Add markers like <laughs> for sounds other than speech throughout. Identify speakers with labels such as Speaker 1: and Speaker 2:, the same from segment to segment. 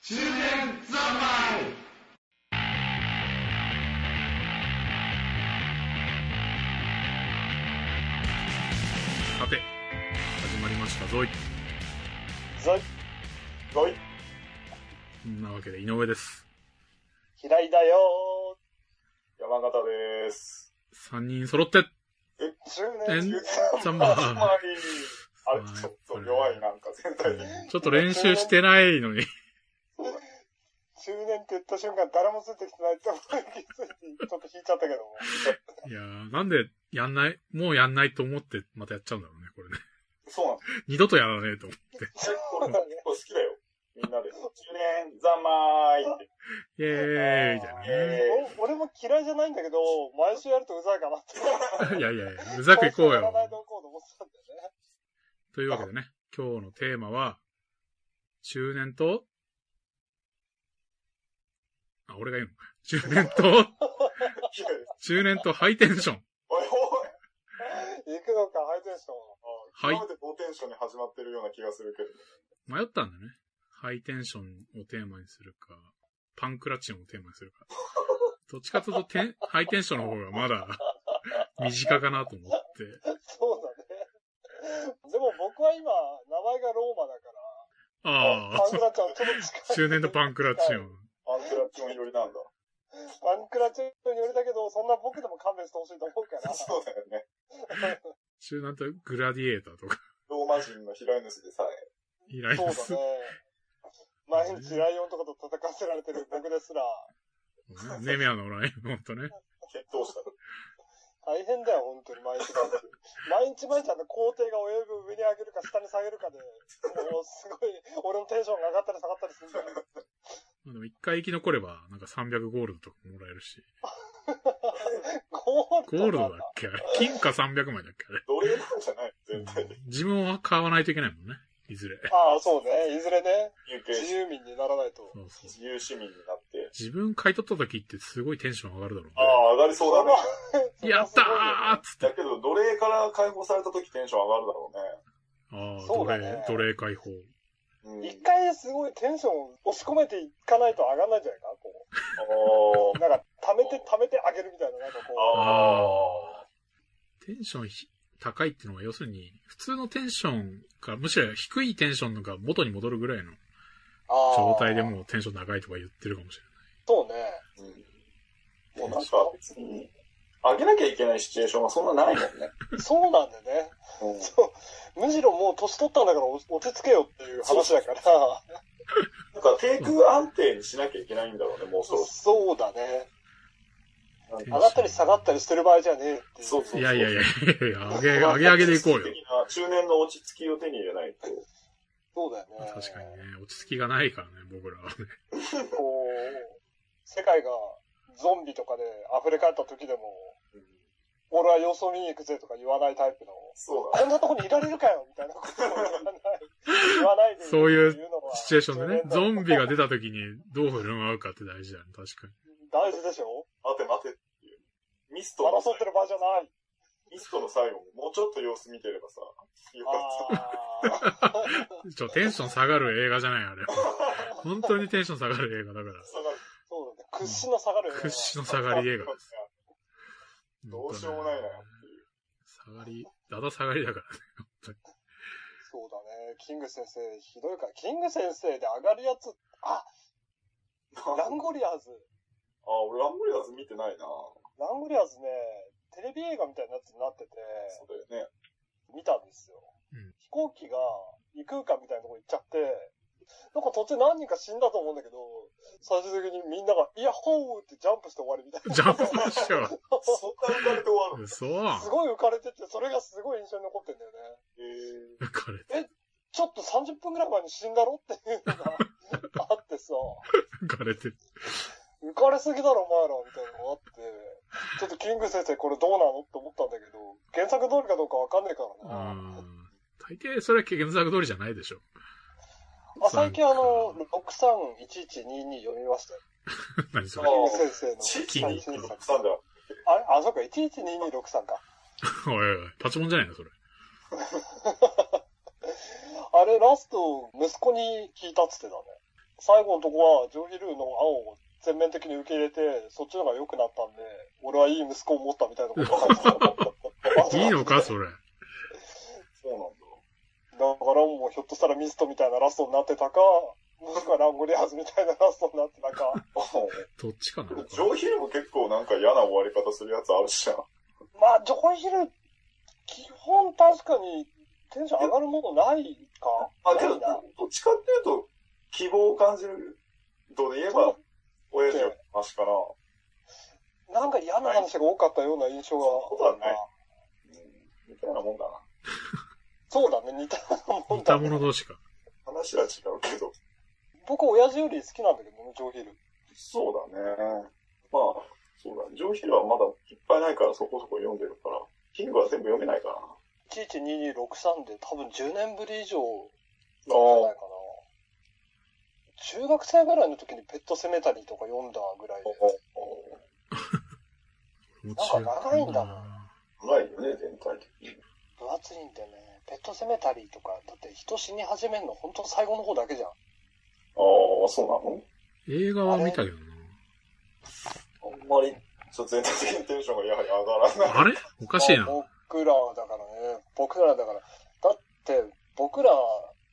Speaker 1: 中年三昧
Speaker 2: さて始まりましたぞい
Speaker 3: ぞい、ぞい、
Speaker 2: そんなわけで井上です
Speaker 3: 嫌いだよー。山形です。
Speaker 2: 3人揃って
Speaker 3: え、10年
Speaker 2: えん
Speaker 3: 13
Speaker 2: 13枚
Speaker 3: 枚。あれ、ちょっと弱い、なんか全体で。
Speaker 2: ちょっと練習してないのに
Speaker 3: 10年って言った瞬間、誰もついてきてないって思い気づいて、ちょっと引いちゃったけ
Speaker 2: い
Speaker 3: ども。
Speaker 2: やーなんでやんないもうやんないと思ってまたやっちゃうんだろうねこれね
Speaker 4: そうなんで
Speaker 2: 二度とやらねえと思
Speaker 4: すよ。こ
Speaker 3: そう
Speaker 4: れ
Speaker 3: だ
Speaker 4: 結
Speaker 3: ね
Speaker 4: 構好きだよ。みんなで。10年ざまー
Speaker 2: うイエー
Speaker 4: いって。
Speaker 2: イじゃね
Speaker 3: お俺も嫌いじゃないんだけど、毎週やるとうざいかなって。
Speaker 2: いやいやいやうざくいこう
Speaker 3: <laughs> 毎週やら
Speaker 2: よ
Speaker 3: ないでおこうと思ってたんだよね。
Speaker 2: というわけでね今日のテーマは中年とあ俺が言うのか中年と
Speaker 4: いやいや
Speaker 2: 中年とハイテンション
Speaker 4: おいおい。
Speaker 3: 行くのか、ハイテンション。
Speaker 2: はい
Speaker 4: 今まで同テンションに始まってるような気がするけど。
Speaker 2: 迷ったんだね。ハイテンションをテーマにするか、パンクラチオンをテーマにする
Speaker 3: <laughs>
Speaker 2: か。どっちかというとテン、ハイテンションの方がまだ身近かなと思って。
Speaker 3: そうだね。でも僕は今、名前がローマだから、
Speaker 2: あ
Speaker 3: パンク
Speaker 2: あ、
Speaker 3: ラちゃんちょっと近い。
Speaker 2: 中年とパンクラチオン。
Speaker 4: アンテラチョン寄りなんだ。
Speaker 3: パンクラチェットによりだけど、そんな僕でも勘弁してほしいと思
Speaker 2: <laughs>
Speaker 3: うから。
Speaker 4: そうだよね。
Speaker 2: 中年とグラディエーターとか、
Speaker 4: ローマ人の平井主でさえ。
Speaker 2: イライラ
Speaker 3: そ
Speaker 2: ス
Speaker 3: うだ。ね。毎日ライオンとかと戦わせられてる僕ですら、
Speaker 2: ネメアのライオンとね。
Speaker 4: 決闘した。
Speaker 3: 大変だよ、本当に、毎日。毎日毎日、あの、工程が及ぶ上に上げるか下に下げるかで、もうすごい、俺のテンションが上がったり下がったりするんだよ。
Speaker 2: まあでも一回生き残れば、なんか300ゴールドとかもらえるし。
Speaker 3: ゴ
Speaker 2: ゴ
Speaker 3: ー
Speaker 2: ー
Speaker 3: ル
Speaker 2: ル
Speaker 3: ド
Speaker 2: ドだ
Speaker 3: な
Speaker 2: っ
Speaker 3: んだ。
Speaker 2: けあれ金貨300枚だっけあれ
Speaker 4: 奴隷なんじゃない全体
Speaker 2: う
Speaker 4: 的
Speaker 2: ん自分は買わないといけないもんね。いずれ。
Speaker 3: ああ、そうね。いずれね、
Speaker 4: に。有権
Speaker 3: 自
Speaker 4: 者
Speaker 3: 由民にならないと。
Speaker 2: そうそう。
Speaker 4: 自由市民になって。
Speaker 2: 自分買い取った時ってすごいテンション上がるだろうね。
Speaker 4: ああ、上がりそうだね。
Speaker 2: やったーっつ
Speaker 3: <laughs>
Speaker 2: って。
Speaker 4: だけど、奴隷から解放された時テンション上がるだろ
Speaker 2: ああ、
Speaker 3: そ
Speaker 2: 奴
Speaker 3: うだ
Speaker 2: 隷、
Speaker 3: ね
Speaker 2: 奴隷解放。
Speaker 4: うね。うん。
Speaker 3: 一回すごいテンションを押し込めていかないと上がんないんじゃないかこう。
Speaker 4: あー
Speaker 3: なんか、溜めて溜めてあげるみたいな、なんかこう。
Speaker 4: あ
Speaker 2: テンションひ高いっていうのは、要するに、普通のテンションが、むしろ低いテンションが元に戻るぐらいの
Speaker 3: あー
Speaker 2: 状態でもうテンション高いとか言ってるかもし
Speaker 3: そうね。
Speaker 4: ー。うんもうなんか別に、上げなきゃいけないシチュエーションはそんなないもんね。
Speaker 3: そうなんだよね。
Speaker 4: うん
Speaker 3: そう。むしれないむしろもう年取ったんだから落落ち着けよっていう話だから。そ
Speaker 4: なんか低空安定にしなきゃいけないんだろうね、もうそうろ
Speaker 3: だね。
Speaker 4: そろ。
Speaker 2: れ
Speaker 3: 上
Speaker 2: ない。
Speaker 3: がったり下がったりしてる場合じゃねえっていう。
Speaker 4: そうそう
Speaker 2: いやいやいやいや、上げ、上げ上げでい
Speaker 3: <laughs>
Speaker 2: こうよ。
Speaker 4: 的な中年の落ち着きを手に入れないと。
Speaker 3: そうだよね。
Speaker 2: 確かにね、落ち着きがないからね、僕らはね。
Speaker 3: こう、世界がゾンビとかで溢れ返った時でも、
Speaker 4: うん
Speaker 3: 俺は様子を見に行くぜとか言わないタイプの、
Speaker 4: そうだね。
Speaker 3: こんなとこにいられるかよみたいなことを言わない。言わないで
Speaker 2: そういう
Speaker 3: のは
Speaker 2: シチュエーションでね、
Speaker 3: 中年だ
Speaker 2: ゾンビが出た時にどう振る舞うかって大事だよね、確かに。
Speaker 3: 大事でしょ
Speaker 4: 待て待てっていう。ミストの
Speaker 3: 争ってる場合じゃない。
Speaker 4: ミストの最後ももうちょっと様子見てればさ、よかった。
Speaker 3: ああ。
Speaker 2: ちょ、テンション下がる映画じゃない、あれ。本当にテンション下がる映画だから。
Speaker 4: 下がる
Speaker 3: そうだね。屈指の下がるよね。
Speaker 2: 屈指の下がり映画です。
Speaker 4: どうしようもないなっていう。
Speaker 2: 下がり、だだ下がりだからね。
Speaker 3: そうだね。キング先生、ひどいから。キング先生で上がるやつ、
Speaker 4: あ
Speaker 3: ランゴリアーズ。
Speaker 4: あ、俺ランゴリアーズ見てないな。そ
Speaker 3: ランゴリアーズね、テレビ映画みたいなやつになってて、
Speaker 4: うだよね。
Speaker 3: 見たんですよ。
Speaker 2: うん
Speaker 3: 飛行機が異空間みたいなとこ行っちゃって、なんか途中何人か死んだと思うんだけど、最終的にみんなが、イヤッホーってジャンプして終わりみたいな。
Speaker 2: ジャンプしよう。
Speaker 4: そんな浮かれて終
Speaker 2: 嘘。
Speaker 4: わる。
Speaker 3: <laughs> すごい浮かれてて、それがすごい印象に残ってんだよね。
Speaker 4: え
Speaker 2: 浮
Speaker 4: ー
Speaker 2: かれて、
Speaker 3: ちょっと30分ぐらい前に死んだろっていうのがあってさ、 <laughs>
Speaker 2: 浮かれて。
Speaker 3: 浮かれすぎだろお前らみたいなのがあって、ちょっとキング先生これどうなのって思ったんだけど、原作通りかどうかわかんないからな。
Speaker 2: うん。大抵それは原作通りじゃないでしょ。 <laughs>
Speaker 3: あ最近あの、631122読みましたよ。
Speaker 2: 何そ
Speaker 3: キ
Speaker 2: れ。
Speaker 3: ング先生の
Speaker 4: 地
Speaker 3: 最
Speaker 4: 域
Speaker 2: キング
Speaker 3: 新
Speaker 4: に
Speaker 2: 先
Speaker 3: 作。
Speaker 4: たくさんだ。
Speaker 3: あれあ、そうか、112263か。
Speaker 2: おいおい、パチモンじゃないのそれ。
Speaker 3: あれ、ラスト、息子に聞いたっつってたね。最後のとこは、ジョーヒルーの案を全面的に受け入れて、そっちの方が良くなったんで、俺はいい息子を持ったみたいなことを書いて
Speaker 2: <laughs>
Speaker 3: た
Speaker 2: いいのか、それ。
Speaker 4: そうなんだ。
Speaker 3: だからもうひょっとしたらミストみたいなラストになってたか、もしくはランゴリアーズみたいなラストになってたか。
Speaker 2: どっちかな
Speaker 4: でも、上品も結構なんか嫌な終わり方するやつあるじゃん。
Speaker 3: まあ、ジョンヒル、基本確かにテンション上がるものないか。
Speaker 4: あ、けど、
Speaker 3: ないな
Speaker 4: どっちかっていうと、希望を感じる。どうで言えば、親父の話かな。
Speaker 3: なんか嫌な話が多かったような印象が。
Speaker 4: そうだねみたいなもんだな。
Speaker 3: そうだね、似たようなもん
Speaker 2: 似た
Speaker 3: だ、
Speaker 2: 者同士か。
Speaker 4: 話は違うけど。
Speaker 3: 僕、親父より好きなんだけどね、ジョーヒル。
Speaker 4: そうだね。まあ、そうだ。上品はまだいっぱいないからそこそこ読んでるから、キングは全部読めないからな。
Speaker 3: 112263で多分10年ぶり以上
Speaker 4: あ
Speaker 3: じゃないかな。中学生ぐらいの時にペットセメタリーとか読んだぐらいで。
Speaker 2: もう
Speaker 3: なんか長いんだ
Speaker 2: な。
Speaker 4: ないよね、全体的に。
Speaker 3: 分厚いんでね、ペットセメタリーとか、だって人死に始めるの本当最後の方だけじゃん。
Speaker 4: ああ、そうなの
Speaker 2: 映画は見たけど
Speaker 4: あんまり、ちょっと全体的にテンションがやはり上がらない。
Speaker 2: な。あれおかしいな。
Speaker 3: まあ僕らだからね、僕らだから。だって、僕ら、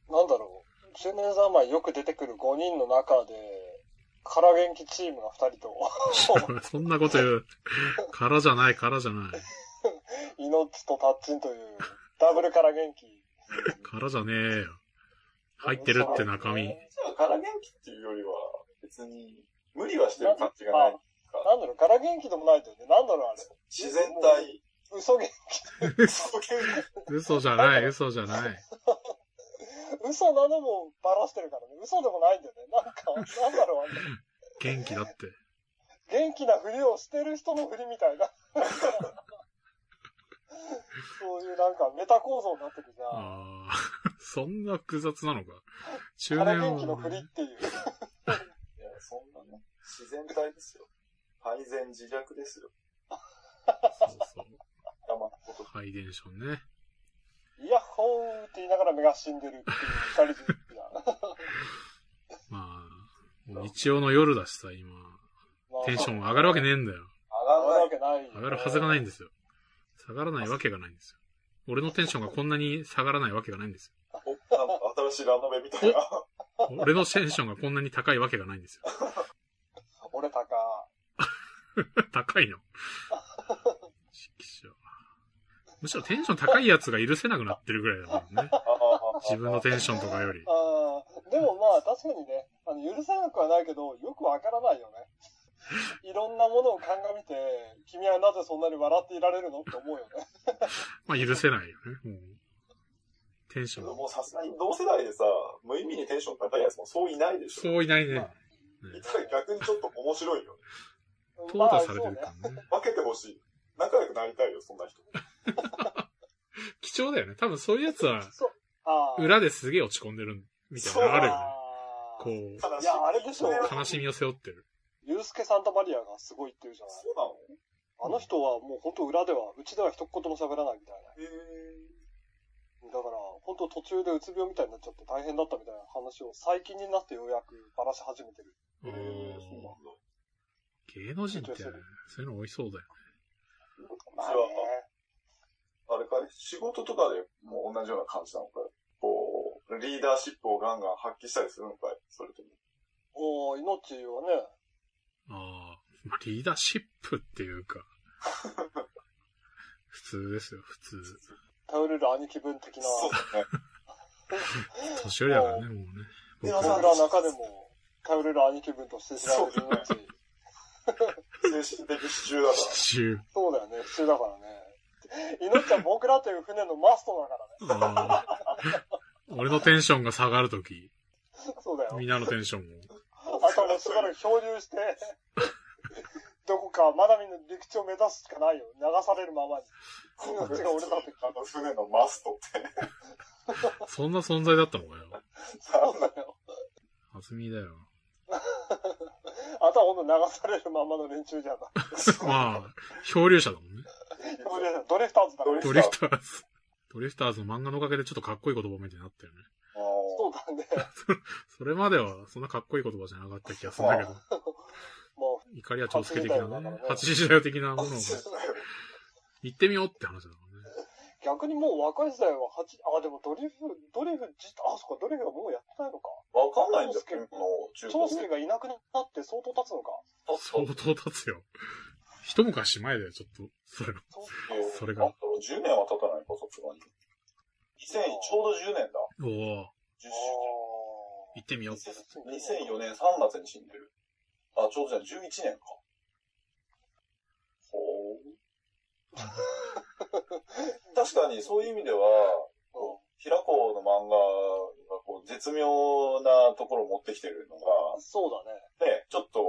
Speaker 3: なんだろう、10年前よく出てくる5人の中で、空元気チームが2人と、
Speaker 2: <laughs>
Speaker 3: <laughs>
Speaker 2: そんなこと言う。からじゃない、からじゃない。
Speaker 3: イノッチとタッチンという、ダブル空元気。
Speaker 2: からじゃねえよ。入ってるって中身。
Speaker 4: じゃあ、空元気っていうよりは、別に、無理はしてる感じが
Speaker 3: ま
Speaker 4: な
Speaker 3: あ
Speaker 4: い。、
Speaker 3: なんだろう、空元気でもないんだよね。なんだろう、あれ。
Speaker 4: 自然体。
Speaker 3: 嘘元
Speaker 2: 嘘じゃない、嘘じゃない。
Speaker 3: 気。嘘なのもバラしてるからね。嘘でもないんだよね。なんか、なんだろう、あれ。
Speaker 2: 元気だって。
Speaker 3: 元気なふりをしてる人のふりみ
Speaker 2: <laughs>
Speaker 3: たいな。そういうなんかメタ構造になってるじゃん。
Speaker 2: ああ、 <laughs> そんな複雑なのか。中
Speaker 3: 空
Speaker 2: 年
Speaker 3: 元気の
Speaker 2: は
Speaker 3: ふりっていう。
Speaker 4: いや、そんなね、自然体ですよ。配膳自弱ですよ。
Speaker 2: そうそう。
Speaker 4: 黙ってこと。
Speaker 2: ハイデンションね。
Speaker 3: イヤッホーって言いながら目が死んでるっていう二人じゃん。
Speaker 2: まあ、もう日曜の夜だしさ、今。
Speaker 3: まあ
Speaker 2: テンション上がるわけねえんだよ。
Speaker 4: 上が
Speaker 3: 上がる
Speaker 4: ら
Speaker 3: わ
Speaker 4: ない。
Speaker 3: けないよね。
Speaker 2: 上がるはずがないんですよ。下がらないわけがないんですよ。俺のテンションがこんなに下がらないわけがないんです
Speaker 4: なんか新しいラノベみたいな。
Speaker 2: よ。俺のテンションがこんなに高いわけがないんですよ。
Speaker 3: 俺たか。
Speaker 2: 高いの。指揮者むしろテンション高いやつが許せなくなってるぐらいだもんね。自分のテンションとかより。
Speaker 3: あーでもまあ確かにね、あの許せなくはないけど、よくわからないよね。いろんなものを鑑みて、君はなぜそんなに笑っていられるのって思うよね。
Speaker 2: まあ許せないよね。もうテンション。
Speaker 4: もうさすがに同世代でさ、無意味にテンション高いやつもそういないでしょ。
Speaker 2: そういないね。
Speaker 4: いたら逆にちょっと面白いよね。
Speaker 2: 淘汰されてるからね。
Speaker 4: 分けてほしい。仲良くなりたいよ、そんな人。
Speaker 2: 貴重だよね。多分そういうやつは、
Speaker 3: そう。あー
Speaker 2: 裏ですげえ落ち込んでるみたいなのあるよね。
Speaker 3: あー
Speaker 2: こ
Speaker 4: 悲
Speaker 3: いや、あれでしょ。
Speaker 4: そう
Speaker 2: う、悲しみを背負ってる。
Speaker 3: ユースケ・サンタマリアがすごいって言うじゃない。
Speaker 4: そうなの
Speaker 3: あの人はもう本当裏では、うちでは一言も喋らないみたいな。
Speaker 4: へえ。
Speaker 3: だから、本当途中でうつ病みたいになっちゃって大変だったみたいな話を最近になってようやくばらし始めてる。
Speaker 2: あー
Speaker 4: へえ、そうなんだ。
Speaker 2: 芸能人って、そういうの多いそうだよ。
Speaker 4: まあねあれかね、仕事とかでも同じような感じなのかよ。こう、リーダーシップをガンガン発揮したりするのかいそれとも。
Speaker 3: もう、命はね、
Speaker 2: ああ、まあリーダーシップっていうか、普通ですよ、普通。
Speaker 3: 頼れる兄貴分的な。
Speaker 4: そうだね。
Speaker 2: 年寄りだからね、もうね。僕
Speaker 4: いや
Speaker 3: そ
Speaker 4: ま
Speaker 2: は
Speaker 3: んな中でも、頼れる兄貴分として知られてる命。
Speaker 4: 精神的支柱だから。
Speaker 2: 中。
Speaker 3: そうだよね、普通だからね。命は僕らという船のマストだからね。
Speaker 2: あー俺のテンションが下がるとき、
Speaker 3: そうだよ。
Speaker 2: みんなのテンションも。
Speaker 3: あともうしばらく漂流して、 <laughs> どこかまだ見ぬ陸地を目指すしかないよ。流されるままに。命が折れた時。
Speaker 4: あの船のマストって。
Speaker 2: そんな存在だったのかよ。
Speaker 3: そうだよ。
Speaker 2: はずみだよ。
Speaker 3: あとはほんと流されるままの連中じゃ
Speaker 2: <laughs>
Speaker 3: ん。
Speaker 2: まあ、漂流者だもんね。
Speaker 3: 漂流者ドリフターズだから。
Speaker 2: ドリフターズ。ドリフターズの漫画のおかげでちょっとかっこいい言葉みたいになったよね。
Speaker 4: あー
Speaker 3: そうだね。
Speaker 2: それまではそんなかっこいい言葉じゃなかった気がするんだけど、
Speaker 3: もう、
Speaker 2: 怒りは長介的なね、
Speaker 3: 八
Speaker 2: 八時代的なものを
Speaker 4: あそうだよ
Speaker 2: 言ってみようって話だからね。
Speaker 3: 逆にもう若い世代は八あ、でもドリフ、ドリフ自体、あ、そっか、ドリフはもうやってないのか。
Speaker 4: わかんないんだけど、中
Speaker 3: 長
Speaker 4: 高
Speaker 3: 介
Speaker 4: 生。
Speaker 3: がいなくなって相当経つのか。
Speaker 2: 相当経つよ。一昔前だよ、ちょっと。それは。それが
Speaker 4: あと10年は経たないか、そっち側に。2000ちょうど10年だ。
Speaker 2: おお
Speaker 4: 10周
Speaker 2: 行ってみよう。
Speaker 4: 年。2004年3月に死んでる。あ、ちょうどじゃない、11年か。ほう。確かにそういう意味では、
Speaker 3: うん
Speaker 4: 平子の漫画がこう絶妙なところを持ってきてるのが、
Speaker 3: そうだね。
Speaker 4: ね、ちょっと、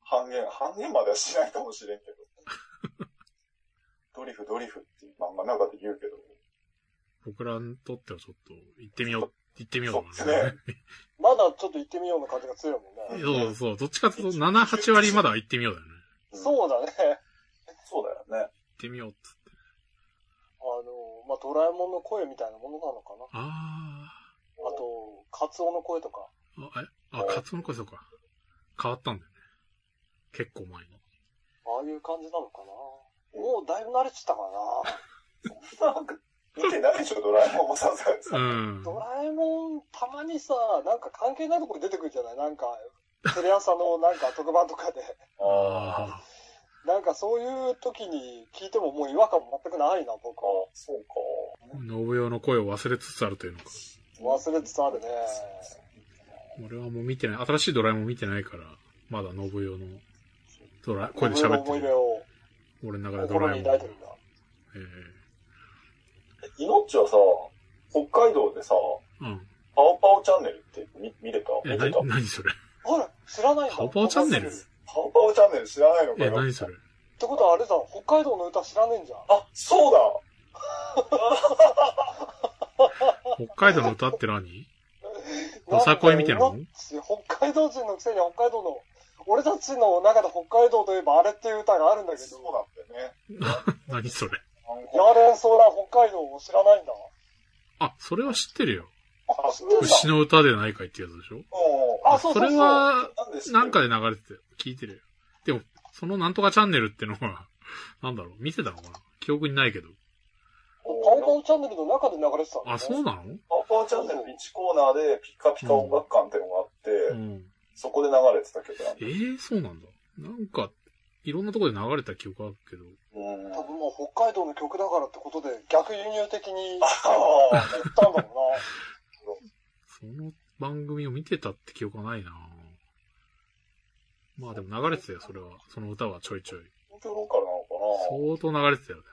Speaker 4: 半減、半減まではしないかもしれんけど。ドリフ、ドリフっていう漫画の中で言うけど、
Speaker 2: 僕らにとってはちょっと、行ってみよう、行ってみよう
Speaker 4: そ
Speaker 2: だ
Speaker 4: うで
Speaker 2: ね。
Speaker 3: まだちょっと行ってみようの感じが強いもんね。
Speaker 2: そうそう。どっちかというと、7、8割まだ行ってみようだよね。行
Speaker 4: うん
Speaker 3: そうだね。
Speaker 4: そうだよね。
Speaker 2: ってみようっつって。
Speaker 3: あの、まあ、ドラえもんの声みたいなものなのかな。
Speaker 2: あ
Speaker 3: あと、カツオの声とか。
Speaker 2: ー。あ、え、あ、カツオの声そうか。変わったんだよね。結構前に。
Speaker 3: ああいう感じなのかな。もうだいぶ慣れてたか
Speaker 2: <laughs>
Speaker 4: なんか見てないでしょ、ドラえもんもさすがに
Speaker 2: う
Speaker 4: さ。
Speaker 2: ん
Speaker 3: な。。ドラえもん、たまにさ、なんか関係ないところに出てくるじゃないなんか、テレ朝のなんか特番とかで。
Speaker 4: あ
Speaker 2: あ
Speaker 4: あ、
Speaker 3: なんかそういう時に聞いてももう違和感全くないな、僕は。
Speaker 4: そうか。
Speaker 2: あ。信代の声を忘れつつあるというのか。
Speaker 3: 忘れつつあるね。
Speaker 2: 俺はもう見てない。新しいドラえもん見てないから、まだ信代のドラ、声で喋って
Speaker 3: 思い出
Speaker 2: る。
Speaker 3: を
Speaker 2: 俺の中でド
Speaker 3: 心
Speaker 2: ラえも
Speaker 3: に
Speaker 2: ん。
Speaker 3: 抱い
Speaker 2: え
Speaker 3: てるんだ。
Speaker 4: いのっちはさ、北海道でさ、
Speaker 2: えうん。
Speaker 4: パオパオチャンネルって見見れた
Speaker 2: え、
Speaker 4: 見
Speaker 2: な
Speaker 4: てた
Speaker 2: に、なにそれ
Speaker 3: あら、知らないんだ。
Speaker 2: パオパオチャンネル
Speaker 3: っ
Speaker 4: パオパオチャンネル知らないのか
Speaker 2: え、
Speaker 4: よ。
Speaker 2: 何それ
Speaker 3: てことはあれだ、北海道の歌知らねえんじゃん。
Speaker 4: あ、そうだ
Speaker 2: 北海道の歌って何どさこいみたいなの
Speaker 3: んだよ北海道人のくせに北海道の、俺たちの中で北海道といえばあれっていう歌があるんだけ
Speaker 4: そう
Speaker 3: ど、
Speaker 4: なんだよね。
Speaker 2: 何それ
Speaker 3: ヤーレンソーラー北海道を知らないんだ。
Speaker 2: あ、それは知ってるよ。
Speaker 4: あ、そうなんだ。
Speaker 2: 牛の歌でないかいってやつでしょ
Speaker 4: う
Speaker 3: あ、そうそうそう。
Speaker 2: れは、
Speaker 4: ん。なんです
Speaker 2: なんかで流れてたよ。聞いてるよ。でも、そのなんとかチャンネルってのは、 <laughs> なんだろう見てたのかな記憶にないけど。
Speaker 3: パオパオチャンネルの中で流れてたんだ、ね。
Speaker 2: あ、そうなの
Speaker 4: パオパオチャンネル1コーナーでピカピカ音楽館ってのがあって、
Speaker 2: うん。
Speaker 4: そこで流れてた曲なん
Speaker 2: ええ
Speaker 4: だ。
Speaker 2: そうなんだ。なんか、いろんなとこで流れた記憶あるけど。
Speaker 4: うん。
Speaker 3: 多分もう北海道の曲だからってことで逆輸入的に言
Speaker 4: ああ、
Speaker 3: ったんだもんな。
Speaker 2: その番組を見てたって記憶がないなまあでも流れてたよ、それは。その歌はちょいちょい。
Speaker 4: 東京ローカルなのか
Speaker 2: 相当流
Speaker 4: な
Speaker 2: れてたよね。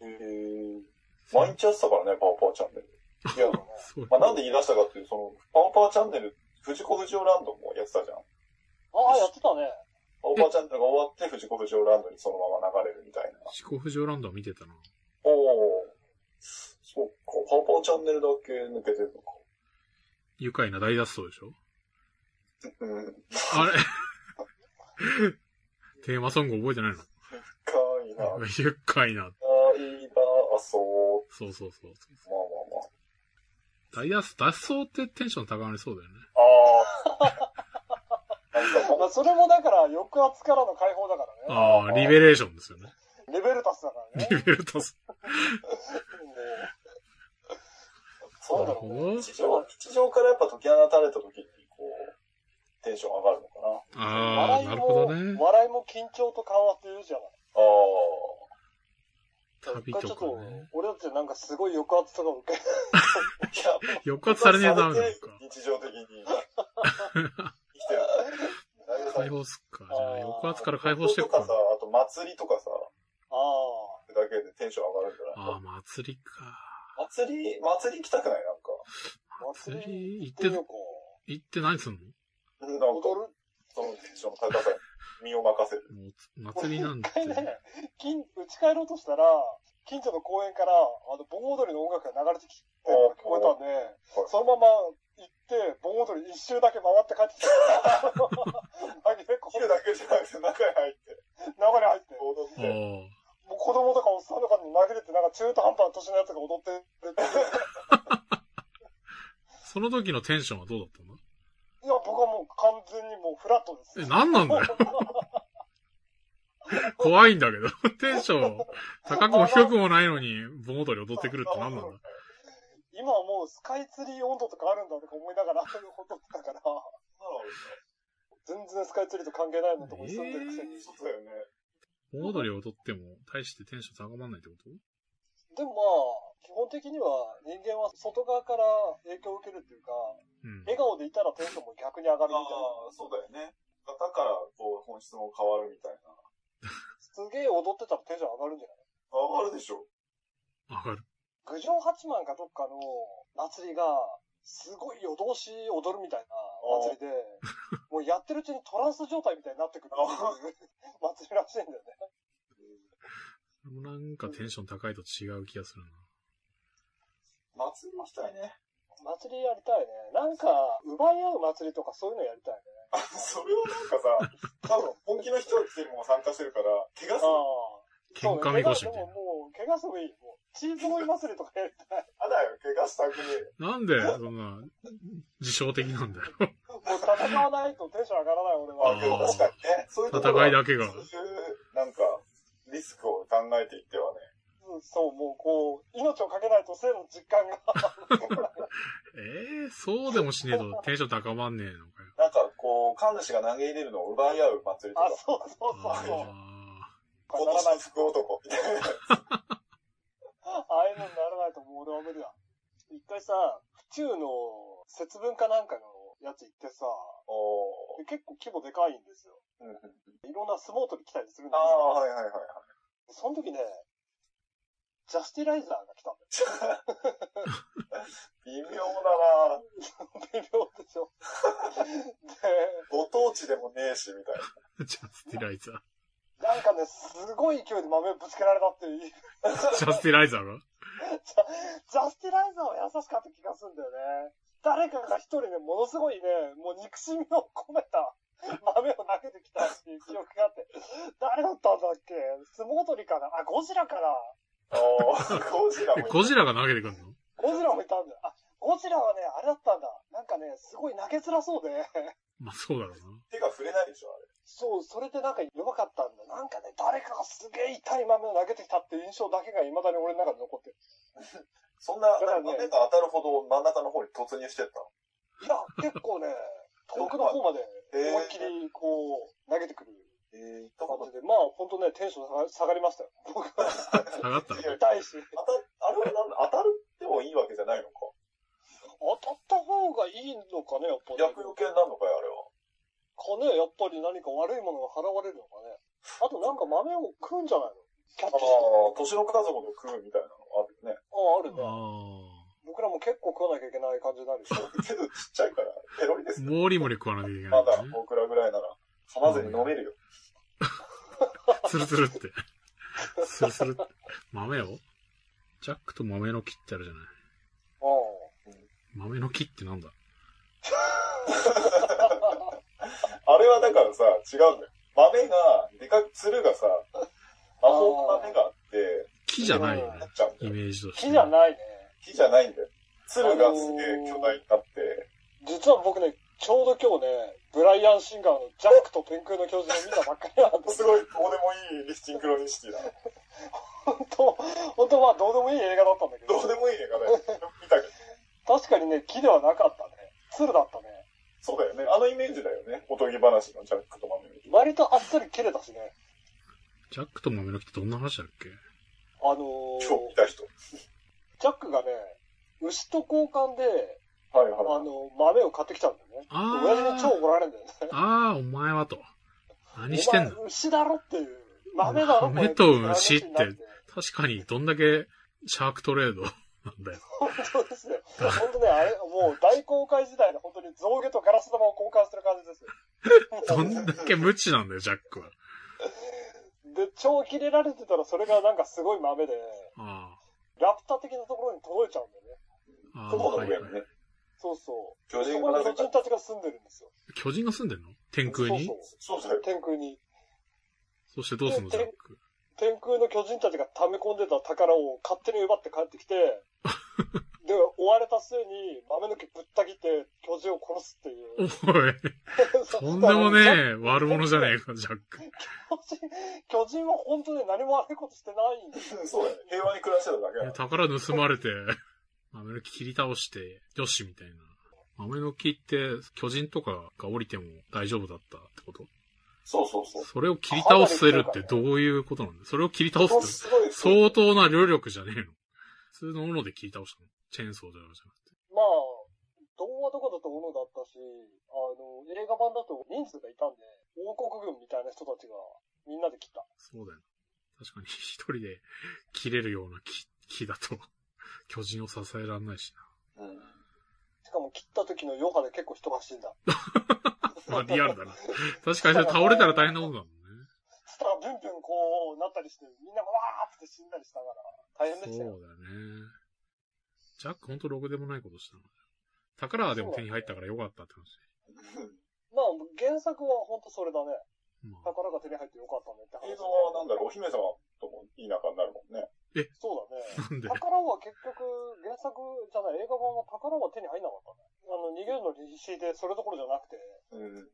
Speaker 4: へえ毎日やってたからね、パワーパワーチャンネル。いや、
Speaker 2: そう。
Speaker 4: まあ、なんで言い出したかっていう、その、パワーパワーチャンネル、藤子不二雄ランドもやってたじゃん。
Speaker 3: ああ、やってたね。
Speaker 4: パワーパワーチャンネルが終わって藤子不二雄ランドにそのまま流れるみたいな。
Speaker 2: 四国不条ランドは見てたな。
Speaker 4: おお。そっか、パワーパワーチャンネルだけ抜けてるのか。
Speaker 2: 愉快な大脱走でしょ
Speaker 4: うん。か
Speaker 2: あれ <laughs> テーマソング覚えてないの
Speaker 4: いな。か
Speaker 2: 愉快な。
Speaker 4: いな、あ、そう。
Speaker 2: そうそうそうそう。
Speaker 4: まあまあまあ。
Speaker 2: 大脱走、脱走ってテンション高まりそうだよね。
Speaker 4: ああ。なんか
Speaker 3: まあ、それもだから抑圧からの解放だからね。
Speaker 2: ああ、リベレーションですよね。 <laughs>
Speaker 3: レベルタスだから
Speaker 2: リ
Speaker 3: ね。
Speaker 2: ベルタス。
Speaker 3: もう
Speaker 4: そうだ
Speaker 2: なる
Speaker 4: ろうね。
Speaker 2: ほど。
Speaker 4: 日常、日常からやっぱ解き放たれた時に、こう、テンション上がるのかな。あ
Speaker 2: ああ、なるほどね。
Speaker 3: 笑いも緊張と緩和って言うじゃない。
Speaker 4: あ。
Speaker 2: 旅
Speaker 3: ちょ
Speaker 2: と
Speaker 3: っ
Speaker 2: か
Speaker 3: と
Speaker 2: ね。、
Speaker 3: 俺たちなんかすごい抑圧とか受け、
Speaker 4: いや、
Speaker 2: 抑圧されねえとダメなのか。
Speaker 4: 日常的に。生きてる。 <laughs>
Speaker 2: 解放すっか。じゃあ、抑圧から解放してい
Speaker 4: る
Speaker 2: く
Speaker 4: か
Speaker 2: か
Speaker 4: さ、。あと祭りとかさ、
Speaker 3: ああ、
Speaker 4: だけでテンション上がるんじゃ
Speaker 2: あ
Speaker 4: な
Speaker 2: あ、祭りか。
Speaker 4: い祭り、祭り行きたくないなんか。
Speaker 2: 祭
Speaker 3: 祭り
Speaker 2: り行っ
Speaker 3: 行っててみようか。
Speaker 2: 行って何すんの
Speaker 4: なん
Speaker 3: 踊
Speaker 4: か、
Speaker 3: る
Speaker 4: そのテンションの高さに身を任せる。
Speaker 2: もう、祭りなんて
Speaker 3: <laughs> 一。回ね、近、打ち帰ろうとしたら、近所の公園から、あの、盆踊りの音楽が流れてきて、聞こえたんで、そのまま行って、盆踊り一周だけ回って帰ってきた。 <laughs> 紛れ込
Speaker 4: 切
Speaker 3: んで
Speaker 4: るだけじゃなくて中に入って、
Speaker 3: 流れ入って。
Speaker 4: 踊っ
Speaker 2: あ
Speaker 4: て。
Speaker 2: あ。
Speaker 3: もう子供とかおっさんとかに紛れて、なんか中途半端な年のやつが踊ってるっていう。
Speaker 2: その時のテンションはどうだったの
Speaker 3: いや、僕はもう完全にもうフラットです。
Speaker 2: え、何なんだよ。
Speaker 3: <laughs>
Speaker 2: 怖いんだけど。テンション高くも低くもないのに、盆踊り踊ってくるって何なんだ
Speaker 3: 今はもうスカイツリー温度とかあるんだとか思いながら、踊ってたから、全然スカイツリーと関係ないのとこに住んでるくせに。
Speaker 4: そうだよね。
Speaker 2: 盆踊り踊っても、大してテンション高まんないってこと
Speaker 3: でもまあ、基本的には人間は外側から影響を受けるっていうか、
Speaker 2: うん。
Speaker 3: 笑顔でいたらテンションも逆に上がるみたいな。
Speaker 4: ああ、そうだよね。だから、こう、本質も変わるみたいな。
Speaker 3: すげえ踊ってたらテンション上がるんじゃない
Speaker 4: あ、あるでしょ。
Speaker 2: 上がる。
Speaker 3: 郡上八幡かどっかの祭りが、すごい夜通し踊るみたいな祭りで、もうやってるうちにトランス状態みたいになって <laughs> くるっていう祭りらしいんだよね。
Speaker 2: なんかテンション高いと違う気がするな。
Speaker 4: 祭りもしたいね。 <laughs>
Speaker 3: 祭りやりたいね。なんか、奪い合う祭りとかそういうのやりたいね。
Speaker 4: それをなんかさ、多分本気の人たちも参加してるから、怪我す
Speaker 3: あ
Speaker 4: る。
Speaker 3: あ。
Speaker 2: 喧嘩みこしみたい
Speaker 3: そうね怪我でももう、怪我すもいい。もうチーズ追い祭りとかやりたい。
Speaker 4: あだよ、怪我したくねえ。
Speaker 2: な。なんで、そんな、自称的なんだよ。
Speaker 3: もう戦わないとテンション上がらない俺
Speaker 4: ま
Speaker 3: は。
Speaker 4: あ、でも確かにね、そういうところは
Speaker 2: 戦いだけが。
Speaker 4: そういう、なんか、リスクを考えていってはね。
Speaker 3: そう、もうこう、命をかけないと生の実感が。
Speaker 2: ええそうでもしねえとテンション高まんねえのかよ。
Speaker 4: なんか、こう、神主が投げ入れるのを奪い合う祭りと
Speaker 3: あ
Speaker 4: か、、
Speaker 3: そうそうそうそう。
Speaker 2: あ
Speaker 4: 今年の福男みたいな。
Speaker 3: <laughs> ああいうのにならないともう俺は無理だ。一回さ、府中の節分かなんかのやつ行ってさ、
Speaker 4: おー
Speaker 3: で結構規模でかいんですよ。
Speaker 4: うんうん
Speaker 3: いろんな相撲取り来たりするん
Speaker 4: あ
Speaker 3: だ
Speaker 4: あ、
Speaker 3: け
Speaker 4: はいはいはいはい。
Speaker 3: ど、その時ね、ジャスティライザーが来たんだよ。
Speaker 4: 微妙だな
Speaker 3: 微妙で
Speaker 4: <laughs>
Speaker 3: しょ。で、
Speaker 4: ご当地でもねえし、みたいな。
Speaker 2: あ、ジャスティライザー。
Speaker 3: なんかね、すごい勢いで豆をぶつけられたっていう、ジ
Speaker 2: ジャスティライザーが
Speaker 3: ャジャスティライザーは優しかった気がするんだよね。誰かが一人ね、ものすごいね、もう憎しみを込めた豆を投げてきたっていう記憶があって、誰だったんだっけ相撲取りかなあ、ゴジラかな
Speaker 4: おーゴジラも
Speaker 2: え
Speaker 4: いた。
Speaker 2: ゴジラが投げてくんの
Speaker 3: ゴジラもいたんだよ。あ、ゴジラはね、あれだったんだ。なんかね、すごい投げづらそうで。
Speaker 2: まあそうだろう
Speaker 4: 手が触れないでしょ、あれ。
Speaker 3: そう、それでなんか弱かったんだ。なんかね、誰かがすげえ痛い豆を投げてきたっていう印象だけが未だに俺の中で残ってる。
Speaker 4: そんな、
Speaker 3: だからね
Speaker 4: 目が当たるほど真ん中の方に突入してったの。
Speaker 3: いや、結構ね、遠くの方まで
Speaker 4: へー
Speaker 3: 思いっきりこう、投げてくる
Speaker 4: えー、行った
Speaker 3: 感
Speaker 4: こと
Speaker 3: じで、まあ本当ね、テンション下が下がりましたよ。僕は
Speaker 2: な。下がったの
Speaker 4: いや
Speaker 3: 痛いし。
Speaker 4: 当た、あれはなんだ当たってもいいわけじゃないのか。
Speaker 3: 当たった方がいいのかね、やっぱね。
Speaker 4: 厄除けになるのかよ、あれは。
Speaker 3: かね、やっぱり何か悪いものが払われるの
Speaker 4: <laughs>
Speaker 3: かね。あとなんか豆を食うんじゃないのキャッ
Speaker 4: あ
Speaker 3: チして。
Speaker 4: あ、年の家族の食うみたいなのあるね。
Speaker 3: ああ、あるね。
Speaker 2: あ
Speaker 3: 僕らも結構食わなきゃいけない感じになるし。
Speaker 4: けどちっちゃいから、ペロリで
Speaker 2: あ。
Speaker 4: す。
Speaker 2: もりもり食わなきゃいけない
Speaker 4: ま
Speaker 2: ん
Speaker 4: だ
Speaker 2: だね。
Speaker 4: 僕らぐらいなら、噛まずに飲めるよ。
Speaker 2: ツルツルって。ツルツルって。豆をジャックと豆の木ってあるじゃない。
Speaker 3: うん。
Speaker 2: 豆の木ってなんだ
Speaker 4: あれはだからさ、違うんだよ。豆が、でかく、つるがさ、魔法の豆があって、
Speaker 2: 木じゃないよ
Speaker 4: な
Speaker 2: ね
Speaker 4: っ。ちゃうんだ
Speaker 2: イ
Speaker 4: よ。
Speaker 2: メージとして。
Speaker 3: 木じゃないね。
Speaker 4: 木じゃないんだよ。つるがすげえ巨大になって、
Speaker 3: 実は僕ね、ちょうど今日ね、ブライアン・シンガーのジャックと天空の教授を見たばっかりな
Speaker 4: <laughs>
Speaker 3: んです
Speaker 4: すごい、どうでもいいリシンクロニシティだ。
Speaker 3: 本当、本当まあどうでもいい映画だったんだけ
Speaker 4: どう
Speaker 3: ど、
Speaker 4: でもいい映画だよ。見たけど。
Speaker 3: 確かにね、木ではなかったね。鶴だったね。
Speaker 4: そうだよね。あのイメージだよね。おとぎ話のジャックと豆の木。
Speaker 3: 割とあっさり切れたしね。
Speaker 2: ジャックと豆の木ってどんな話だっけ
Speaker 3: あのー、
Speaker 4: 今日見た人。
Speaker 3: ジャックがね、牛と交換で、
Speaker 4: はい
Speaker 3: あ
Speaker 4: はい。
Speaker 3: の、豆を買ってきちゃうんだよね。
Speaker 2: あ
Speaker 3: 親父に超
Speaker 2: ー
Speaker 3: 怒られるんだよね。
Speaker 2: あー、お前はと。何してんの
Speaker 3: お前牛だろっていう。豆だろこれ
Speaker 2: 豆と牛って
Speaker 3: 話にな
Speaker 2: 確かに、どんだけシャークトレードなんだよ。
Speaker 3: 本当ですよ。本当ね、あれ、もう大公開時代で本当に象牙とガラス玉を交換してる感じですよ。
Speaker 2: どんだけ無知なんだよ、ジャックは。
Speaker 3: で、超切れられてたらそれがなんかすごい豆で、
Speaker 2: あ
Speaker 3: ラプター的なところに届いちゃうんだよね。
Speaker 2: あ。ああ、
Speaker 4: 雲の
Speaker 2: はい
Speaker 4: 上
Speaker 2: は
Speaker 4: に
Speaker 2: い。
Speaker 4: ね、
Speaker 3: そうそう。
Speaker 4: 巨
Speaker 3: そ
Speaker 4: 人
Speaker 3: こ
Speaker 4: が
Speaker 3: に巨
Speaker 4: 出て
Speaker 3: 人たちが住んでるんですよ。
Speaker 2: 巨人が住んでんの天空に
Speaker 3: そ
Speaker 4: そ
Speaker 3: う
Speaker 4: うだ
Speaker 3: そ
Speaker 4: よ
Speaker 3: う。。天空に。
Speaker 2: そしてどうすんの、ジャック。 <laughs>
Speaker 3: 天空の巨人たちが溜め込んでた宝を勝手に奪って帰ってきて、で、追われた末に豆の木ぶった切って巨人を殺すってい
Speaker 2: お <laughs> い、
Speaker 3: う。
Speaker 2: とんでもね
Speaker 3: だから
Speaker 2: え悪者じゃねえか、ジャック。
Speaker 3: 巨人、 <laughs> 巨人は本当に何も悪いことしてないんですよ。
Speaker 4: そうだよね。平和に暮らしてただけだ
Speaker 2: え宝盗まれて、豆の木切り倒して、よし、みたいな。豆の木って、巨人とかが降りても大丈夫だったってこと
Speaker 4: そうそうそう。
Speaker 2: それを切り倒せるってどういうことなんだそれを切り倒す
Speaker 4: そ
Speaker 2: っ
Speaker 4: う
Speaker 2: て
Speaker 4: すごいです
Speaker 2: 相当な労力じゃねえの普通の斧で切り倒したのチェーンソーじゃなくて。
Speaker 3: まあ、童話とかだと斧だったし、あの、映画版だと人数がいたんで、王国軍みたいな人たちがみんなで来た。
Speaker 2: そうだよな。確かに一人で切れるような木木だと、巨人を支えらんないし
Speaker 4: うん
Speaker 3: しかも切った時の余波で結構人が死んだ。
Speaker 2: な。 <laughs> まあリアルだな。確かにそれ倒れたら大変なことだもんね。
Speaker 3: したらブンブンこうなったりして、みんながわーって死んだりしたから、大変で
Speaker 2: そう
Speaker 3: し
Speaker 2: だ
Speaker 3: た
Speaker 2: よ
Speaker 3: よ。
Speaker 2: ね。ジャックほんとろくでもないことしたの。宝はでも手に入ったからよかったって話。
Speaker 3: まあ、原作は本当それだね。
Speaker 2: まあ、
Speaker 3: 宝が手に入ってよかったねって話。
Speaker 4: 映像はなんだろう、お姫様ともいい仲になるもんね。
Speaker 3: そうだね。
Speaker 2: なん <laughs> で
Speaker 3: 宝は結局、原作じゃない、映画版は宝は手に入んなかったね。あの、逃げるのに必死で、それどころじゃなくて、
Speaker 4: うん。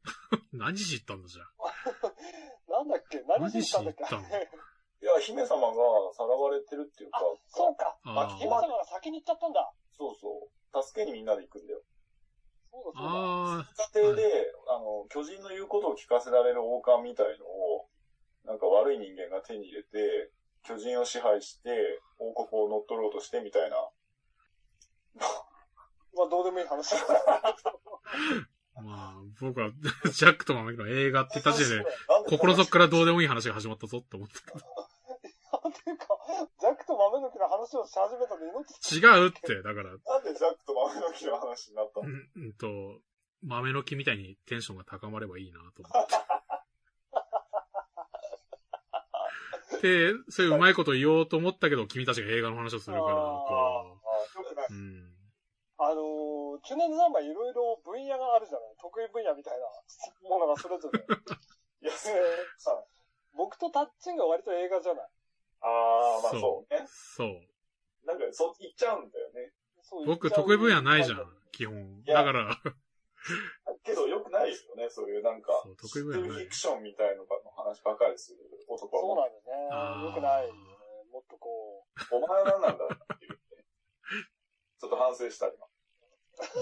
Speaker 2: 何時行ったんだじゃあ。
Speaker 3: なんだっけ、何しに行ったんだっけ。
Speaker 2: 何しに行
Speaker 4: いや、姫様がさらわれてるっていうか
Speaker 3: あ、、 <laughs> そうか。
Speaker 2: あ
Speaker 4: あ
Speaker 2: ー
Speaker 3: 姫様が先に行っちゃったんだ。
Speaker 4: そうそう。助けにみんなで行くんだよ。
Speaker 3: そうだ、そうだ。
Speaker 2: あ
Speaker 4: 家庭で、あの、巨人の言うことを聞かせられる王冠みたいのを、なんか悪い人間が手に入れて、巨人を支配して、王国を乗っ取ろうとしてみたいな。
Speaker 3: まあ、どうでもいい話だ <laughs> から。
Speaker 2: あ、まあ、僕は <laughs> ジャックとマメの映画って言った時点で、
Speaker 4: なんで
Speaker 2: 心の底からどうでもいい話が始まったぞって思ったけど。
Speaker 3: っていうか、ジャックと豆の木の話をし始めたのに命つ
Speaker 2: 違うって、だから、
Speaker 4: なんでジャックと豆の木の話になったの
Speaker 2: うんうんと、豆の木みたいにテンションが高まればいいなと思って。で、それうまいこと言おうと思ったけど、君たちが映画の話をするから、こ、
Speaker 4: あ
Speaker 3: よくないう
Speaker 2: うん。
Speaker 3: あのー、中年三昧いろいろ分野があるじゃない得意分野みたいなものがそ
Speaker 2: <laughs>
Speaker 3: れぞれ。
Speaker 4: いや、
Speaker 3: で僕とタッチンが割と映画じゃない
Speaker 4: あー、まあ
Speaker 2: そう
Speaker 4: そうね。
Speaker 2: そう。
Speaker 4: なんか、そ、行っちゃうんだよね。
Speaker 3: そう
Speaker 2: 僕、得意分野ないじゃん
Speaker 3: 言っちう、
Speaker 2: 基本。
Speaker 4: いや
Speaker 2: だから、
Speaker 4: けど、良くないですよね、そういう、なんか
Speaker 2: そう、
Speaker 4: 知
Speaker 2: 得
Speaker 4: っ
Speaker 2: 意分
Speaker 4: て
Speaker 2: 野
Speaker 4: る
Speaker 2: ない
Speaker 4: フィクションみたいのばの話ばかりする男
Speaker 3: そう
Speaker 4: は、
Speaker 3: なんだ
Speaker 2: あ
Speaker 3: よね。
Speaker 2: ー
Speaker 3: よくないよね。もっとこう、
Speaker 4: お前は何なんだっていう、ね。 <laughs> ちょっと反省した、今。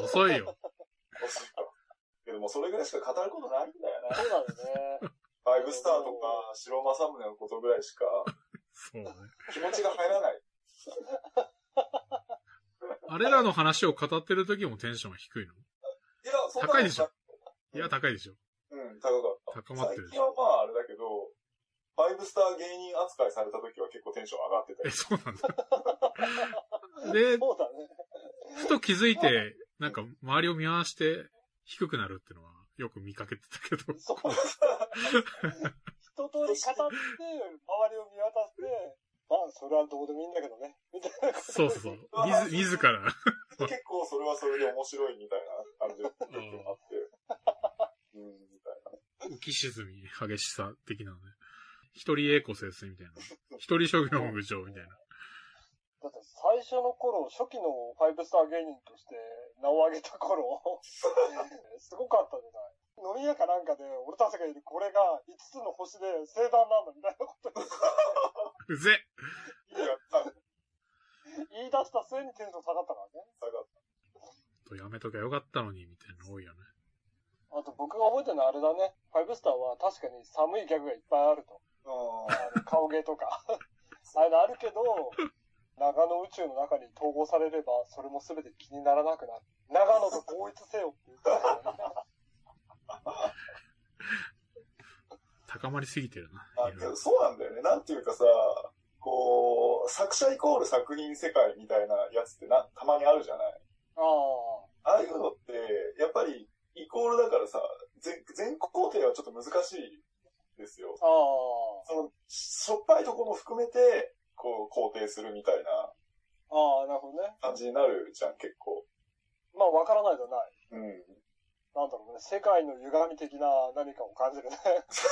Speaker 2: 遅いよ。
Speaker 4: 遅いか。けども、それぐらいしか語ることないんだよ
Speaker 3: そ
Speaker 4: ね。
Speaker 3: うなんだよね。
Speaker 4: ファイブスターとか、白正宗のことぐらいしか、
Speaker 2: そうね。
Speaker 4: 気持ちが入らない。 <laughs>
Speaker 2: あれらの話を語ってる時もテンションは低いの
Speaker 4: いや、そんなこと
Speaker 2: 高いでしょ
Speaker 4: うん
Speaker 2: いや、高いでしょ。
Speaker 4: うん、高かっ
Speaker 2: 高
Speaker 4: た。
Speaker 2: まってるで
Speaker 4: 最
Speaker 2: し
Speaker 4: 近
Speaker 2: ょ。
Speaker 4: はまああれだけど、ファイブスター芸人扱いされた時は結構テンション上がってた
Speaker 2: え、
Speaker 4: よ。
Speaker 2: そうなんだ。で、
Speaker 3: そうだね。
Speaker 2: ふと気づいて、なんか周りを見回して低くなるってのはよく見かけてた
Speaker 4: <laughs>
Speaker 2: けど、
Speaker 3: そう。
Speaker 2: <laughs>
Speaker 3: 一通り語って、周りを見渡して、まあ、それはどうでもいいんだけどね。みたいなこと
Speaker 2: そうそうそう。みず、自ら。
Speaker 4: <laughs> 結構それはそれで面白いみたいな感じの時もあって。うん、みたいな。
Speaker 2: 浮き沈み、激しさ的なのね。一人栄子先生みたいな。一人職業の部長みたいな。
Speaker 3: だって最初の頃、初期のファイブスター芸人として名を上げた頃、すごかったじゃない。飲み屋かなんかで、俺たちがいるこれが5つの星で盛大なんだみたいなことを
Speaker 2: うぜ
Speaker 4: いや、なんか
Speaker 3: 言い出した末にテンション下がったからね。
Speaker 4: 下がった
Speaker 2: とやめときゃよかったのに、みたいなの多いよね。
Speaker 3: あと僕が覚えてるのはあれだね。ファイブスターは確かに寒いギャグがいっぱいあると。
Speaker 4: うん。
Speaker 3: あの顔芸と <laughs> か。ああいうのあるけど、長野宇宙の中に統合されれば、それも全て気にならなくなる。長野と統一せよ <laughs> って言ってたよね。
Speaker 2: 高まりすぎてるな。
Speaker 4: あけどそうなんだよね。なんていうかさ、こう、作者イコール作品世界みたいなやつってな、たまにあるじゃない
Speaker 3: ああ。
Speaker 4: ああいうのって、やっぱり、イコールだからさ、全、全工程はちょっと難しいですよ。
Speaker 3: ああ。
Speaker 4: その、しょっぱいとこも含めて、こう、肯定するみたいな
Speaker 3: ああ、なるほどね。
Speaker 4: 感じになるじゃん、結構。
Speaker 3: まあ、わからないじゃない。
Speaker 4: うん。
Speaker 3: なんだろうね。世界の歪み的な何かを感じるね。 <laughs> 世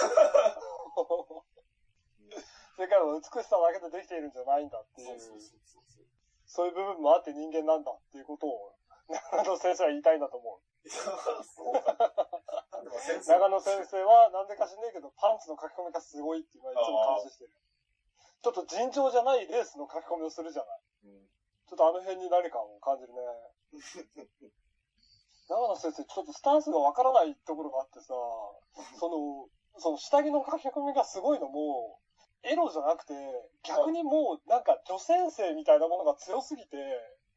Speaker 3: 界は美しさだけでできているんじゃないんだっていう。
Speaker 4: そうそうそうそう。
Speaker 3: そういう部分もあって人間なんだっていうことを、長野先生は言いたいんだと思う。
Speaker 4: そうなんだ。なんか先生
Speaker 3: 長野先生は、なんでか知んねえけど、パンツの書き込みがすごいっていうのはいつも感心してる。ちょっと尋常じゃないレースの書き込みをするじゃない。
Speaker 4: うん
Speaker 3: ちょっとあの辺に何かを感じるね。 <laughs> 長野先生、ちょっとスタンスがわからないところがあってさ、その、その下着の書き込みがすごいのも、エロじゃなくて、逆にもうなんか女先生みたいなものが強すぎて、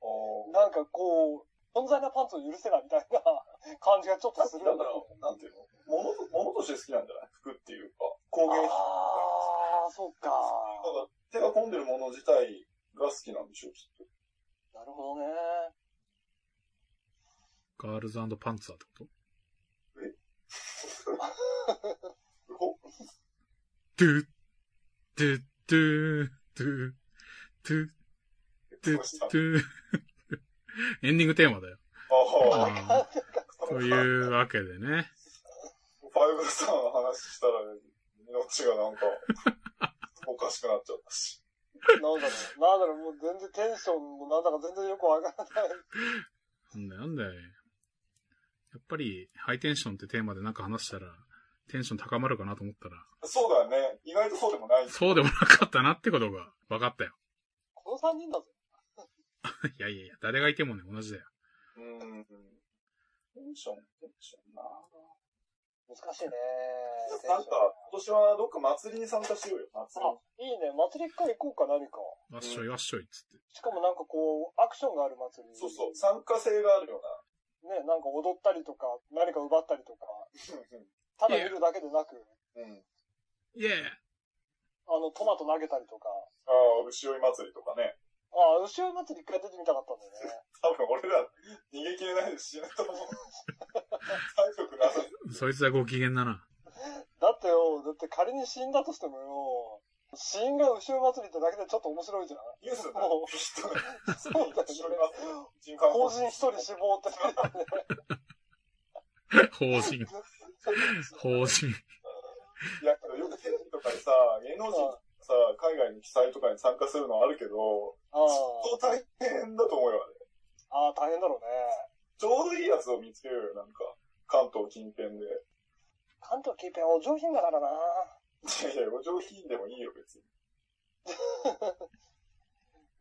Speaker 4: あ
Speaker 3: なんかこう、存在なパンツを許せないみ <laughs> たいな感じがちょっと
Speaker 4: あ。
Speaker 3: する
Speaker 4: だ
Speaker 3: ん
Speaker 4: か
Speaker 3: だ
Speaker 4: ら
Speaker 3: よね、
Speaker 4: なんていうの物と、物として好きなんじゃない服っていうか、工芸品。
Speaker 3: ああ、そっか。
Speaker 4: なんか手が込んでるもの自体が好きなんでしょう、きっと。
Speaker 3: なるほどね。
Speaker 2: ガールズパンツァーってこと
Speaker 4: こ
Speaker 2: ドゥッ、ドゥッ、ドゥー、ドゥッ、ドゥッ、ドゥッ、ドゥッ。エンディングテーマだよ。
Speaker 4: ああ、
Speaker 2: うんというわけでね。
Speaker 4: ファイブさんの話したら、ね、命がなんか、おかしくなっちゃったし。
Speaker 3: なんだろう、なんだろう、もう全然テンションもなんだか全然よくわからない。
Speaker 2: なんだよ、なんだよ。やっぱり、ハイテンションってテーマでなんか話したら、テンション高まるかなと思ったら、
Speaker 4: そうだよね。意外とそうでもない。
Speaker 2: そうでもなかったなってことが分かったよ。 <laughs>
Speaker 3: この3人だぞ。
Speaker 2: いやいやいや、誰がいてもね、同じだよ。
Speaker 4: うん。テンション、テンションな。
Speaker 3: 難しいね。
Speaker 4: <laughs> なんか、今年はどっか祭りに参加しようよ、祭り
Speaker 3: あ。、いいね。祭り一回行こうか、何か。
Speaker 2: わっしょいわっしょいっつって。
Speaker 3: しかもなんかこう、アクションがある祭り。
Speaker 4: そうそう、参加性があるよ
Speaker 3: ね、なんか踊ったりとか、何か奪ったりとか、
Speaker 4: う
Speaker 3: ただ見るだけでなく、
Speaker 4: な。うん。
Speaker 2: イェーイ
Speaker 3: あの、トマト投げたりとか。
Speaker 4: ああ、牛追い祭りとかね。
Speaker 3: ああ、牛追い祭り一回出てみたかったんだよね。
Speaker 4: 多分俺ら逃げ切れないで死ぬと思う。体力なさそう
Speaker 2: そいつはご機嫌だな。
Speaker 3: だってよ、だって仮に死んだとしてもよ、死因が後ろ祭りってだけでちょっと面白
Speaker 4: <laughs>
Speaker 3: いじゃん。
Speaker 4: ニュースだ
Speaker 3: もう
Speaker 4: 人
Speaker 3: そうだよね
Speaker 4: 人間
Speaker 3: 法人一人死亡って。
Speaker 2: 方 <laughs> 針。方針。
Speaker 4: いや、よくテレビとかでさ、芸能人がさ、海外に記載とかに参加するのあるけど、
Speaker 3: ああ
Speaker 4: 相当大変だと思うよ、あれ。
Speaker 3: ああ、大変だろうね。
Speaker 4: ちょうどいいやつを見つけるよ、なんか。関東近辺で。
Speaker 3: 関東近辺お上品だからな。
Speaker 4: いやいや、お上品でもいいよ、別に。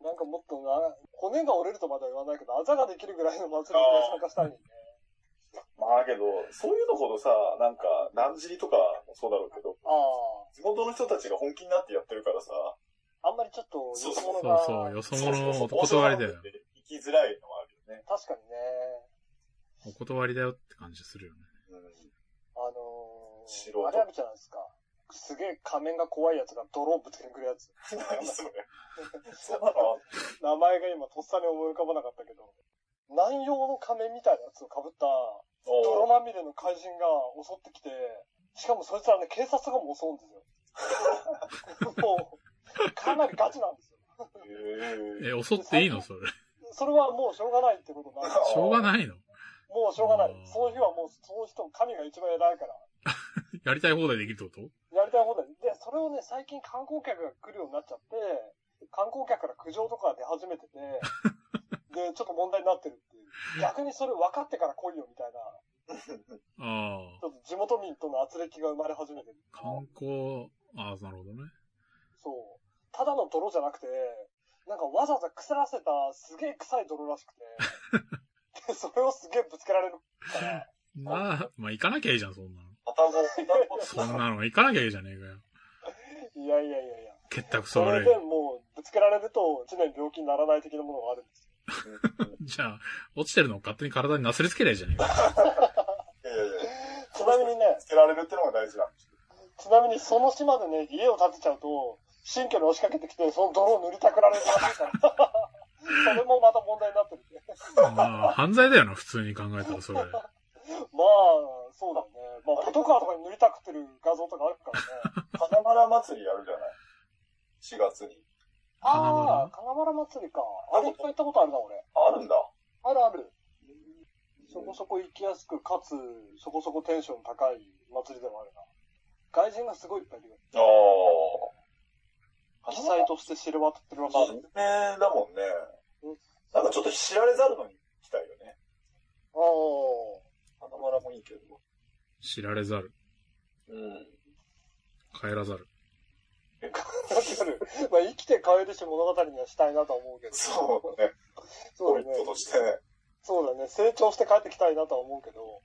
Speaker 3: なんかもっとな、骨が折れるとまでは言わないけど、あざができるぐらいの祭りに参加したいね。
Speaker 4: まあけど、そういうのほどさ、なんか、だんじりとかもそうだろうけど、
Speaker 3: ああ
Speaker 4: 地元の人たちが本気になってやってるからさ、
Speaker 3: あんまりちょっと、
Speaker 4: そう
Speaker 2: そ
Speaker 4: そう
Speaker 2: そう、よそ者のお断りだよ。
Speaker 4: 行きづらいのもあるよね。
Speaker 3: 確かにね、
Speaker 2: お断りだよって感じするよね。
Speaker 3: あの
Speaker 4: 素
Speaker 3: ー、
Speaker 4: 人
Speaker 3: あれあるじゃないですか。すげえ仮面が怖いやつがドローンぶつけてくるやつ。
Speaker 4: 何それ。そんなの
Speaker 3: 名前が今とっさに思い浮かばなかったけど、南洋の仮面みたいなやつを被った泥まみれの怪人が襲ってきて、しかもそいつらね、警察とかも襲うんですよ。もう、かなりガチなんですよ。
Speaker 4: へえ
Speaker 2: え、襲っていいのそれ。
Speaker 3: それはもうしょうがないってことになる。
Speaker 2: しょうがないの
Speaker 3: もうしょうがない。その日はもう、その人、神が一番偉いから。
Speaker 2: やりたい放題できるってこと
Speaker 3: やりたい放題。で、それをね、最近観光客が来るようになっちゃって、観光客から苦情とかが出始めて <laughs> て、で、ちょっと問題になってるっていう。逆にそれ分かってから来いよみたいな、
Speaker 2: あ
Speaker 3: ちょっと地元民との圧力が生まれ始めてる。
Speaker 2: あ。観光、ああ、なるほどね。
Speaker 3: そう。ただの泥じゃなくて、なんかわざわざくすらせたすげえ臭い泥らしく <laughs> て、で、それをすげえぶつけられるから、
Speaker 2: まあ、まあ行かなきゃいいじゃん、そんなの。
Speaker 4: またもう、
Speaker 2: そんなの行かなきゃいいじゃねえかよ。
Speaker 3: いやいやいやいや、
Speaker 2: 結託そ
Speaker 3: それ
Speaker 2: 悪い
Speaker 3: で。もうぶつけられると1年病気にならない的なものがあるんですよ。
Speaker 2: じゃあ、落ちてるのを勝手に体になすりつけりゃいいじゃねえかよ。
Speaker 4: いやいやいや、
Speaker 3: ちなみにね、
Speaker 4: つけられるってのが大事なんですよ。
Speaker 3: ちなみにその島でね、家を建てちゃうと、新居に押しかけてきて、その泥を塗りたくられるら <laughs> しいから。それもまた問題になってるね。
Speaker 2: まあ、犯罪だよな、普通に考えたらそれ。
Speaker 3: まあ、そうだね。まあ、パトカーとかに塗りたくってる画像とかあるからね。
Speaker 4: 金丸祭りやるじゃない。4月に。
Speaker 3: ああ、 <laughs> 金丸祭りか。あれいっぱい行ったことあるな、俺。
Speaker 4: あるんだ。
Speaker 3: あるある。そこそこ行きやすく、かつ、そこそこテンション高い祭りでもあるな。外人がすごいいっぱいいるよ。
Speaker 4: ああ。
Speaker 3: 記載として知れ渡ってるらしい。
Speaker 4: 有名だもんね。なんかちょっと知られざるのに行きたいよね。
Speaker 3: ああ。
Speaker 4: 花丸もいいけど。
Speaker 2: 知られざる。
Speaker 4: うん。
Speaker 2: 帰らざる。
Speaker 3: なる <laughs> まあ、生きて帰るし物語にはしたいなとは思うけど。
Speaker 4: そうだね。
Speaker 3: そ
Speaker 4: ポ
Speaker 3: う
Speaker 4: リ
Speaker 3: だ
Speaker 4: ット
Speaker 3: ね。
Speaker 4: としてね。
Speaker 3: そうだね。成長して帰ってきたいなとは思うけど、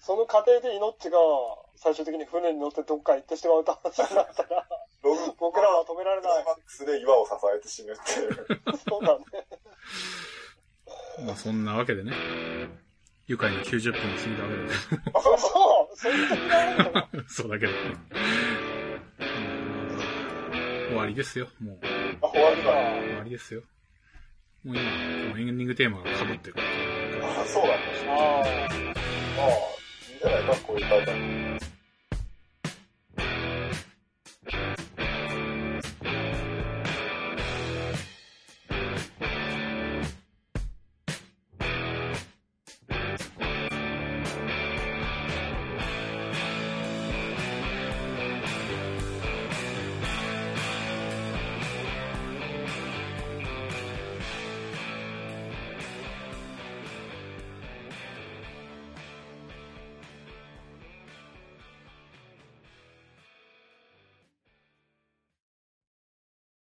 Speaker 3: その過程でイノッチが最終的に船に乗ってどっか行ってしまうって話になったら、
Speaker 4: ログ
Speaker 3: 僕らは止められ
Speaker 4: ク
Speaker 3: な
Speaker 4: ライ
Speaker 3: い。
Speaker 4: マックスで岩を支えて死ぬっていう。
Speaker 3: そう <laughs> だね。
Speaker 2: まあそんなわけでね。愉快な90分を過ぎたわけで
Speaker 3: そう、そういう時があるんだな。
Speaker 2: <laughs> そうだけどね。うん終わりですよ、もう。
Speaker 4: <laughs> あ、終わりだ。
Speaker 2: <laughs> 終わりですよ。もう今、このエンディングテーマが被ってるから。
Speaker 4: あ、そうなんだ。
Speaker 3: あ
Speaker 4: まあ、
Speaker 3: あ。
Speaker 4: いいんじゃないか、こういうタイプ。